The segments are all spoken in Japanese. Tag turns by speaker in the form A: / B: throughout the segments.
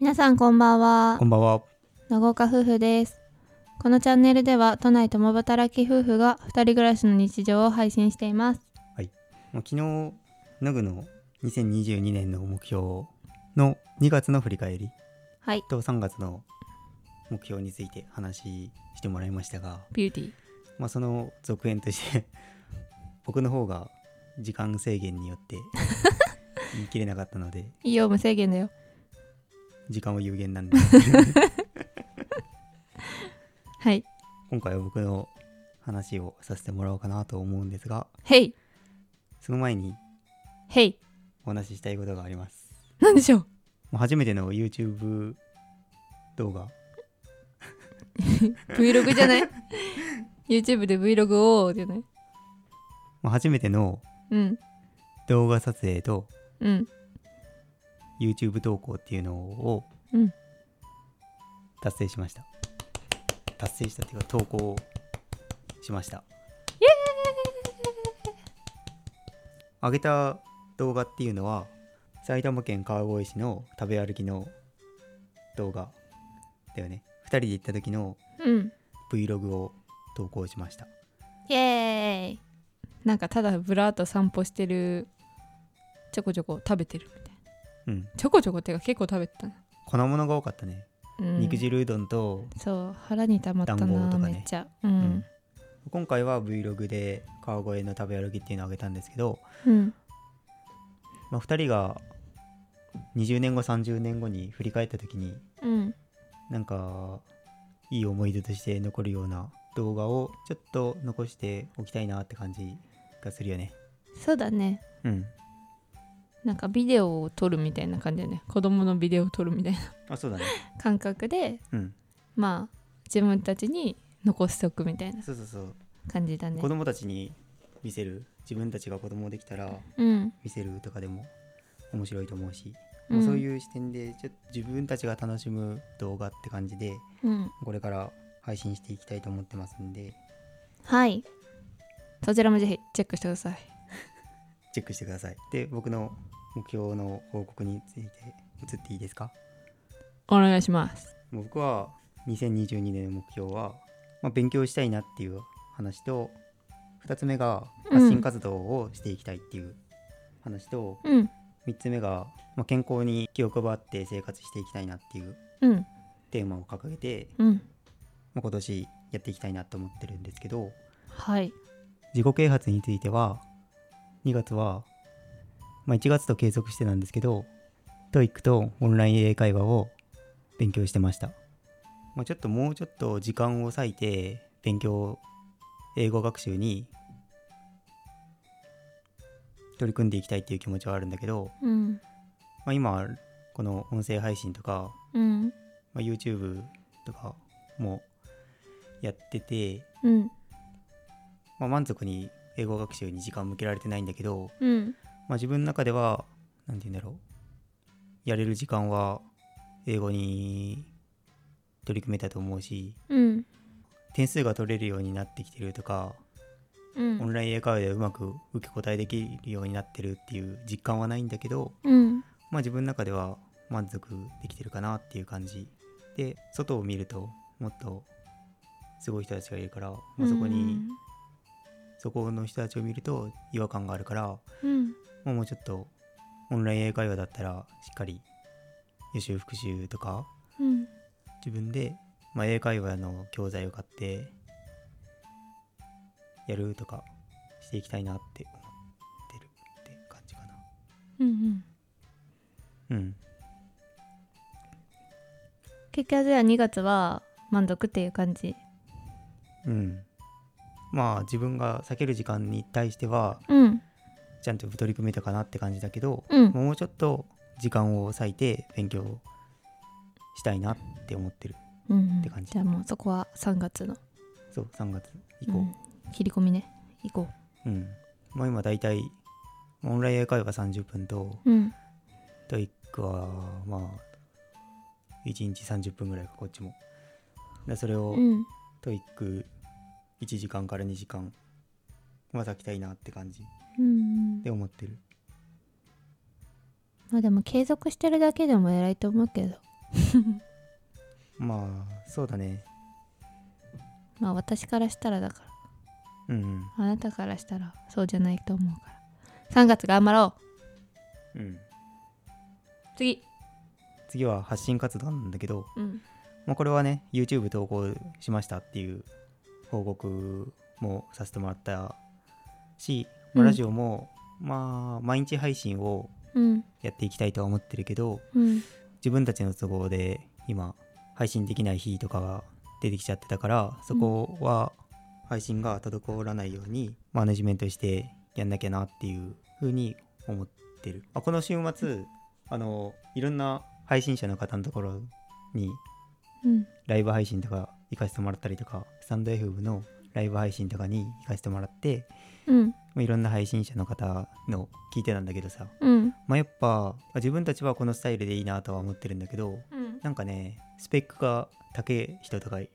A: 皆さんこんばんは
B: こんばんは。
A: 長岡夫婦ですこのチャンネルでは都内共働き夫婦が二人暮らしの日常を配信しています
B: もう昨日、ノグの2022年の目標の2月の振り返り
A: はい
B: と3月の目標について話してもらいましたが、
A: ビューティー
B: まあ、その続編として 僕の方が時間制限によって言い切れなかったので
A: いいよ無制限だよ
B: 時間は有限なんですけど
A: はい
B: 今回は僕の話をさせてもらおうかなと思うんですが
A: ヘイ
B: その前に
A: ヘイ
B: お話ししたいことがあります
A: なんでしょう
B: もう初めての YouTube 動画
A: Vlog じゃない YouTube で Vlog をじゃない
B: まあ初めての
A: うん
B: 動画撮影と
A: うん
B: YouTube 投稿っていうのを
A: うん
B: 達成しました、達成したっていうか投稿しました上げた動画っていうのは埼玉県川越市の食べ歩きの動画だよね2人で行った時の
A: うん
B: Vlog を投稿しました
A: イエーイなんかただぶらっと散歩してるちょこちょこ食べてるみたいな
B: うん
A: ちょこちょこっていうか結構食べてたな、
B: 粉物が多かったね、
A: うん、
B: 肉汁うどんと
A: そう腹に溜まったな、
B: 暖房とかね
A: めっちゃう
B: うんん今回は Vlog で川越の食べ歩きっていうのをあげたんですけど、
A: うん
B: まあ、2人が20年後30年後に振り返った時に
A: うん
B: なんかいい思い出として残るような動画をちょっと残しておきたいなって感じがするよね
A: そうだね
B: うん
A: なんかビデオを撮るみたいな感じだよね子供のビデオを撮るみたいな
B: あそうだね
A: 感覚で
B: うん
A: まあ自分たちに残しておくみたいな
B: そうそうそう、
A: 感じだね
B: 子供たちに見せる自分たちが子供できたら
A: うん
B: 見せるとかでも面白いと思うし、
A: うん
B: そういう視点でちょっと自分たちが楽しむ動画って感じで
A: うん
B: これから配信していきたいと思ってますんで
A: はいそちらもぜひチェックしてください
B: チェックしてくださいで僕の目標の報告について移っていいですか
A: お願いします
B: もう僕は2022年の目標は、まあ、勉強したいなっていう話と2つ目が
A: うん
B: 発信活動をしていきたいっていう話と、
A: うん
B: 3つ目が、まあ、健康に気を配って生活していきたいなっていう
A: うん
B: テーマを掲げて、
A: うん
B: まあ、今年やっていきたいなと思ってるんですけど
A: はい
B: 自己啓発については2月は、まあ、1月と継続してなんですけど TOEIC とオンライン英会話を勉強してました、まあ、ちょっともうちょっと時間を割いて勉強英語学習に取り組んでいきたいっていう気持ちはあるんだけど、
A: うん
B: まあ、今この音声配信とか、
A: うん
B: まあ、YouTube とかもやってて、
A: うん
B: まあ、満足に英語学習に時間を向けられてないんだけど、
A: うん
B: まあ、自分の中では何て言うんだろうやれる時間は英語に取り組めたと思うし
A: うん
B: 点数が取れるようになってきてるとか
A: うん
B: オンライン英会話でうまく受け答えできるようになってるっていう実感はないんだけど、
A: うん
B: まあ、自分の中では満足できてるかなっていう感じで外を見るともっとすごい人たちがいるから、まあ、そこにそこの人たちを見ると違和感があるから、
A: うん
B: まあもうちょっとオンライン英会話だったらしっかり予習復習とか
A: うん
B: 自分で、まあ、英会話の教材を買ってやるとかしていきたいなって思ってるって感じか
A: うんうん
B: なうん
A: 結果では2月は満足っていう感じ
B: うんまあ自分が避ける時間に対しては
A: うん
B: ちゃんと取り組めたかなって感じだけど、
A: うん
B: もうちょっと時間を割いて勉強したいなって思ってる
A: うん
B: って感じ
A: じゃあもうそこは3月の
B: そう3月以降、
A: うん切り込みね行こ
B: うん。まあ今大体、オンライン英会話30分と、
A: ううん
B: トイックは、まあ、1日30分ぐらいか、こっちも。でそれを
A: う、ん
B: トイック1時間から2時間は割きたいなって感じ
A: うん
B: で思ってる。
A: まあでも継続してるだけでも偉いと思うけど
B: まあそうだね
A: まあ私からしたらだか
B: うん
A: らあなたからしたらそうじゃないと思うから3月頑張ろう
B: うんうん
A: 次
B: 次は発信活動なんだけど、
A: うん
B: まあ、これはね YouTube 投稿しましたっていう報告もさせてもらったし、
A: う
B: まあ
A: ん
B: ラジオもまあ毎日配信を
A: うん
B: やっていきたいとは思ってるけど
A: うん
B: 自分たちの都合で今配信できない日とかが出てきちゃってたからそこは配信が滞らないようにマネジメントしてやんなきゃなっていう風に思ってるあこの週末あのいろんな配信者の方のところに
A: うん
B: ライブ配信とか行かせてもらったりとかスタンド FM のライブ配信とかに行かせてもらって
A: うん
B: まあいろんな配信者の方の聞いてたんだけどさ、
A: うん
B: まあ、やっぱ自分たちはこのスタイルでいいなとは思ってるんだけど
A: うん
B: なんかねスペックが高い人とかい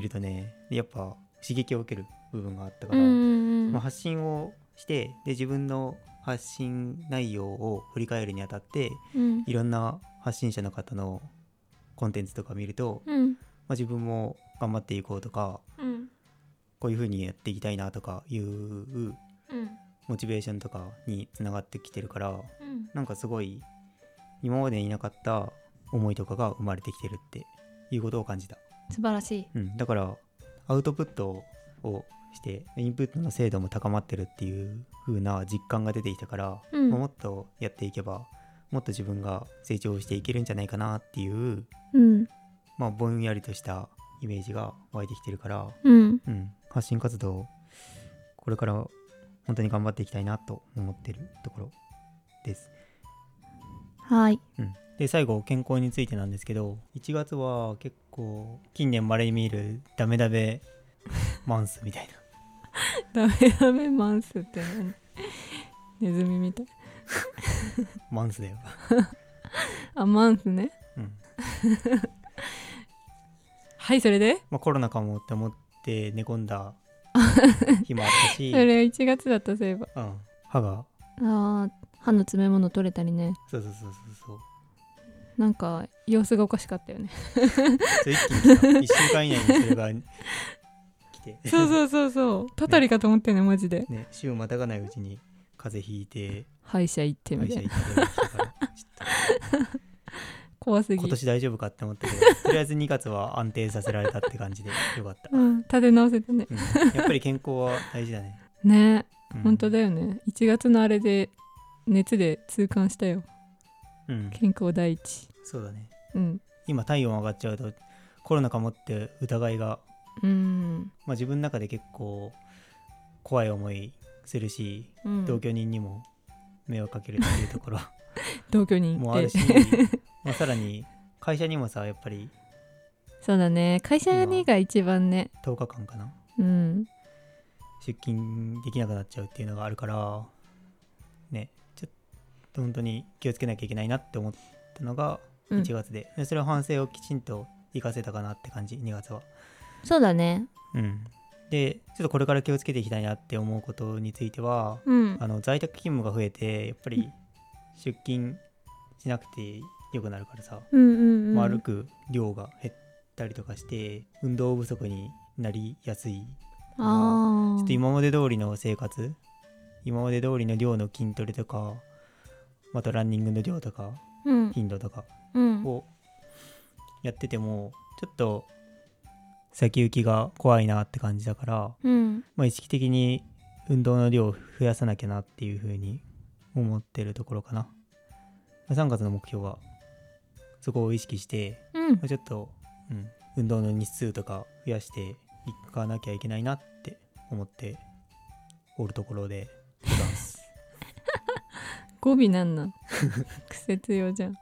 B: るとねやっぱ刺激を受ける部分があったか
A: う
B: ら、
A: ん
B: まあ、発信をしてで自分の発信内容を振り返るにあたって
A: うん
B: いろんな発信者の方のコンテンツとか見ると、
A: うん
B: まあ、自分も頑張っていこうとか
A: うん
B: こういう風にやっていきたいなとかいう
A: うん
B: モチベーションとかにつながってきてるから
A: うん
B: なんかすごい今までになかった思いとかが生まれてきてるっていうことを感じた、
A: 素晴らしい
B: うん、だからアウトプットをしてインプットの精度も高まってるっていう風な実感が出てきたから、
A: うん
B: まあもっとやっていけばもっと自分が成長していけるんじゃないかなっていう、
A: うん
B: まあ、ぼんやりとしたイメージが湧いてきてるから、
A: うん
B: うん、発信活動これから本当に頑張っていきたいなと思ってるところです。
A: はい
B: うん、で最後健康についてなんですけど1月は結構近年まれに見るダメダメマンスみたいな
A: ダメダメマンスって何ネズミみたい
B: マンスだよ、
A: あマンスね
B: うん
A: はいそれで
B: まあ、コロナかもって思って寝込んだ日もあった し、
A: それ1月だったそういえば
B: うん、歯が
A: あー歯の詰め物取れたりね
B: そうそうそうそうそう
A: なんか様子がおかしかったよね
B: そう一気に来た1週間以内にそれが来 て
A: そうそうそうそうたたりかと思ってねマジで
B: ね週をまたがないうちに風邪ひいて
A: 歯医者行ってみ
B: 会社
A: たい
B: 行
A: な
B: ってき たからちょっ
A: 怖す
B: と
A: ぎ
B: 今年大丈夫かって思ったけどとりあえず2月は安定させられたって感じでよかった、
A: うん立て直せたね
B: うんやっぱり健康は大事だね、
A: ね
B: うん
A: 本当だよね1月のあれで熱で痛感したよ
B: うん
A: 健康第一
B: そうだね
A: うん
B: 今体温上がっちゃうとコロナかもって疑いが、
A: うん
B: まあ、自分の中で結構怖い思いするし
A: うん
B: 同居人にも迷惑かけるっていう ところ
A: 同居人
B: もあるし
A: え、
B: まあ、さらに会社にもさやっぱり
A: そうだね会社にが一番ね
B: 10日間かな
A: うん
B: 出勤できなくなっちゃうっていうのがあるからねちょっと本当に気をつけなきゃいけないなって思ったのが
A: うん
B: 1月で、でそれを反省をきちんと活かせたかなって感じ2月は
A: そうだね
B: うんでちょっとこれから気をつけていきたいなって思うことについては
A: うん
B: あの在宅勤務が増えてやっぱり出勤しなくてよくなるからさ、
A: うんうん
B: まあ
A: う
B: 歩
A: ん
B: く量が減ったりとかして運動不足になりやすい
A: あ
B: ちょっと
A: ー
B: 今まで通りの生活今まで通りの量の筋トレとかまたランニングの量とか
A: うん
B: 頻度とか
A: うん
B: をやっててもちょっと先行きが怖いなって感じだから、
A: うん
B: まあ、意識的に運動の量を増やさなきゃなっていうふうに思ってるところかな3月の目標はそこを意識して
A: うん
B: まあちょっと、うん、運動の日数とか増やしていかなきゃいけないなって思っておるところでございます。
A: 語尾なん なん癖強じゃん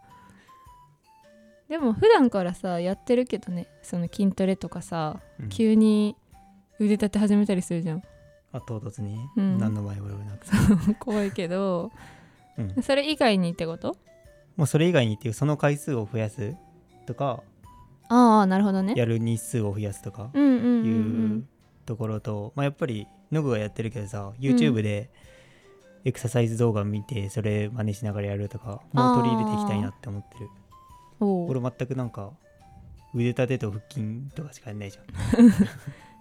A: でも普段からさやってるけどねその筋トレとかさ
B: うん
A: 急に腕立て始めたりするじゃん
B: あ唐突に、
A: うん
B: 何の前触れもなく
A: 怖いけど
B: うん
A: それ以外にってこと
B: もうそれ以外にっていうその回数を増やすとか
A: ああなるほどね
B: やる日数を増やすとか
A: うんうんう
B: いうんところと、まあ、やっぱりノグがやってるけどさ YouTube でエクササイズ動画見てそれ真似しながらやるとかもう取り入れていきたいなって思ってる。
A: うんおお
B: 俺全くなんか腕立てと腹筋とかしかやんないじゃん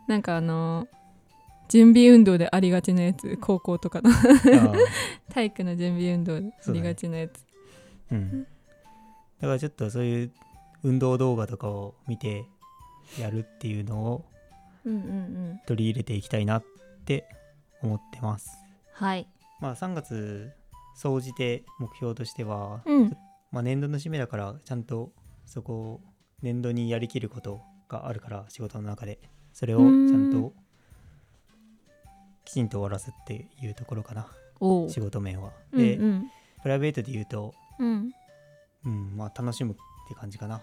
A: なんかあの準備運動でありがちなやつ高校とか の
B: あー
A: 体育の準備運動でありがちなやつ、
B: うんだからちょっとそういう運動動画とかを見てやるっていうのを
A: うんうんうん
B: 取り入れていきたいなって思ってます
A: はい
B: まあ3月総じて目標としては、
A: うん
B: まあ、年度の締めだからちゃんとそこを年度にやりきることがあるから仕事の中でそれをちゃん
A: うー
B: ときちんと終わらすっていうところかな
A: おお
B: 仕事面は
A: うん
B: で、
A: うん
B: プライベートで言うと
A: うん
B: うんまあ楽しむって感じかな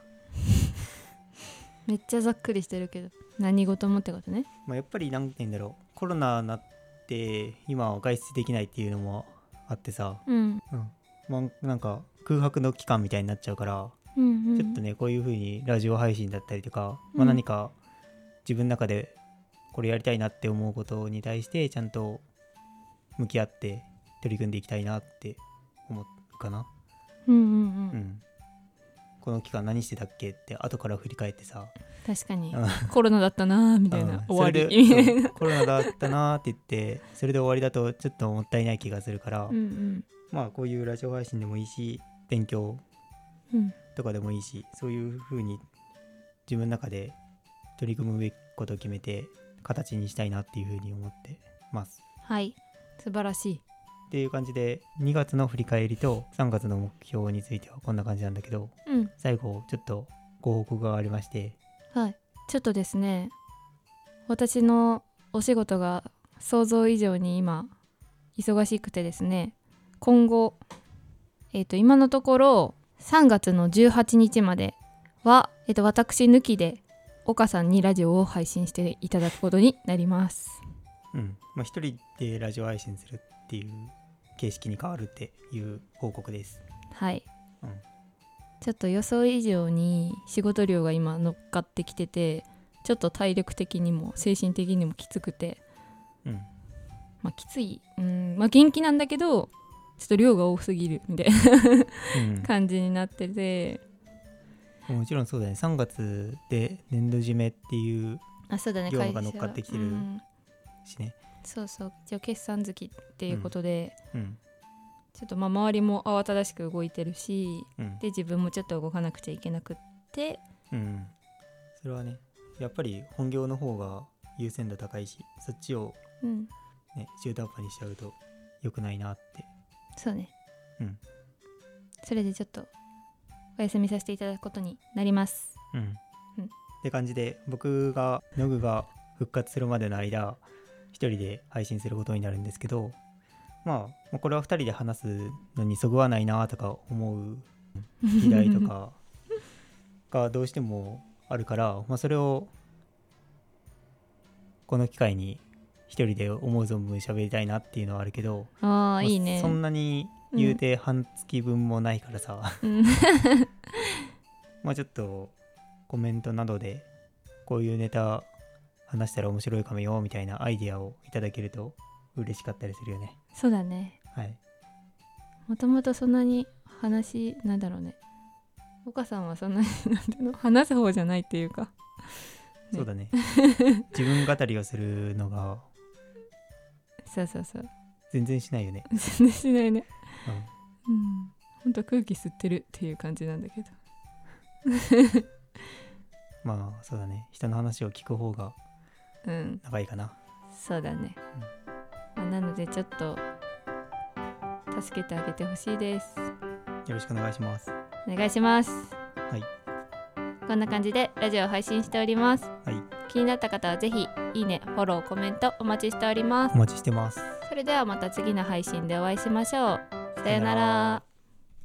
A: めっちゃざっくりしてるけど何事もってことね
B: まあ、やっぱりなんて言うんだろうコロナになって今は外出できないっていうのもあってさ、
A: うん
B: まあ、なんか空白の期間みたいになっちゃうから、
A: うんうん
B: ちょっとねこういう風にラジオ配信だったりとか、
A: う
B: まあ、
A: ん
B: 何か自分の中でこれやりたいなって思うことに対してちゃんと向き合って取り組んでいきたいなって思うかな、
A: うんうん
B: う
A: うん
B: ん、この期間何してたっけって後から振り返ってさ
A: 確かに
B: うん
A: コロナだったなーみたいな
B: うん
A: 終わ
B: それ
A: り
B: で
A: みた い
B: そ
A: な
B: うコロナだったなーって言ってそれで終わりだとちょっともったいない気がするから、
A: うんうん
B: まあこういうラジオ配信でもいいし勉強
A: うん
B: とかでもいいしそういう風に自分の中で取り組むべきことを決めて形にしたいなっていう風に思ってます。
A: はい素晴らしい
B: っていう感じで2月の振り返りと3月の目標についてはこんな感じなんだけど
A: うん
B: 最後ちょっとご報告がありまして
A: はいちょっとですね私のお仕事が想像以上に今忙しくてですね今後えっ、と今のところ3月の18日までは、えっと私抜きで岡さんにラジオを配信していただくことになります
B: うんまあ、1人でラジオ配信するっていう形式に変わるっていう報告です。
A: はい、
B: うん
A: ちょっと予想以上に仕事量が今乗っかってきててちょっと体力的にも精神的にもきつくて
B: うん、
A: まあ、きつい、うんまあ、元気なんだけどちょっと量が多すぎるみたいな 感じになってて
B: うん、もちろんそうだね3月で年度締めっていう
A: あそうだね
B: 量が
A: 会社
B: 乗っかってきてる
A: うん
B: しね、
A: そうそう一応決算月っていうことで、
B: うん
A: ちょっとまあ周りも慌ただしく動いてるし
B: うん
A: で自分もちょっと動かなくちゃいけなくって
B: うん、それはねやっぱり本業の方が優先度高いしそっちを、
A: うん
B: ね、中途半端にしちゃうと良くないなって
A: そうね、
B: うん
A: それでちょっとお休みさせていただくことになります
B: うん、
A: うん
B: って感じで僕がノグが復活するまでの間一人で配信することになるんですけどまあまあこれは二人で話すのにそぐわないなとか思う議題と かがどうしてもあるから、まあ、それをこの機会に一人で思う存分喋りたいなっていうのはあるけど
A: あ
B: ま
A: あ
B: あ
A: いいね
B: そんなに言うて半月分もないからさ、
A: うん
B: まあちょっとコメントなどでこういうネタ話したら面白いかもよみたいなアイデアをいただけると嬉しかったりするよね。
A: そうだね
B: はい。
A: もともとそんなに話なんだろうね岡さんはそんなになんていうの話す方じゃないっていうか
B: そうだね。自分語りをするのが
A: そうそうそう
B: 全然しないよね。
A: 全然しないね
B: うん
A: うんほんと空気吸ってるっていう感じなんだけど
B: まあそうだね。人の話を聞く方が
A: うん
B: 長いかな。
A: そうだね、まあなのでちょっと助けてあげてほしいです
B: よろしくお願いします。
A: お願いします
B: い
A: こんな感じでラジオを配信しております
B: はい。
A: 気になった方はぜひいいねフォローコメントお待ちしております
B: お待ちしてます。
A: それではまた次の配信でお会いしましょう。さような
B: さような
A: ら
B: ら。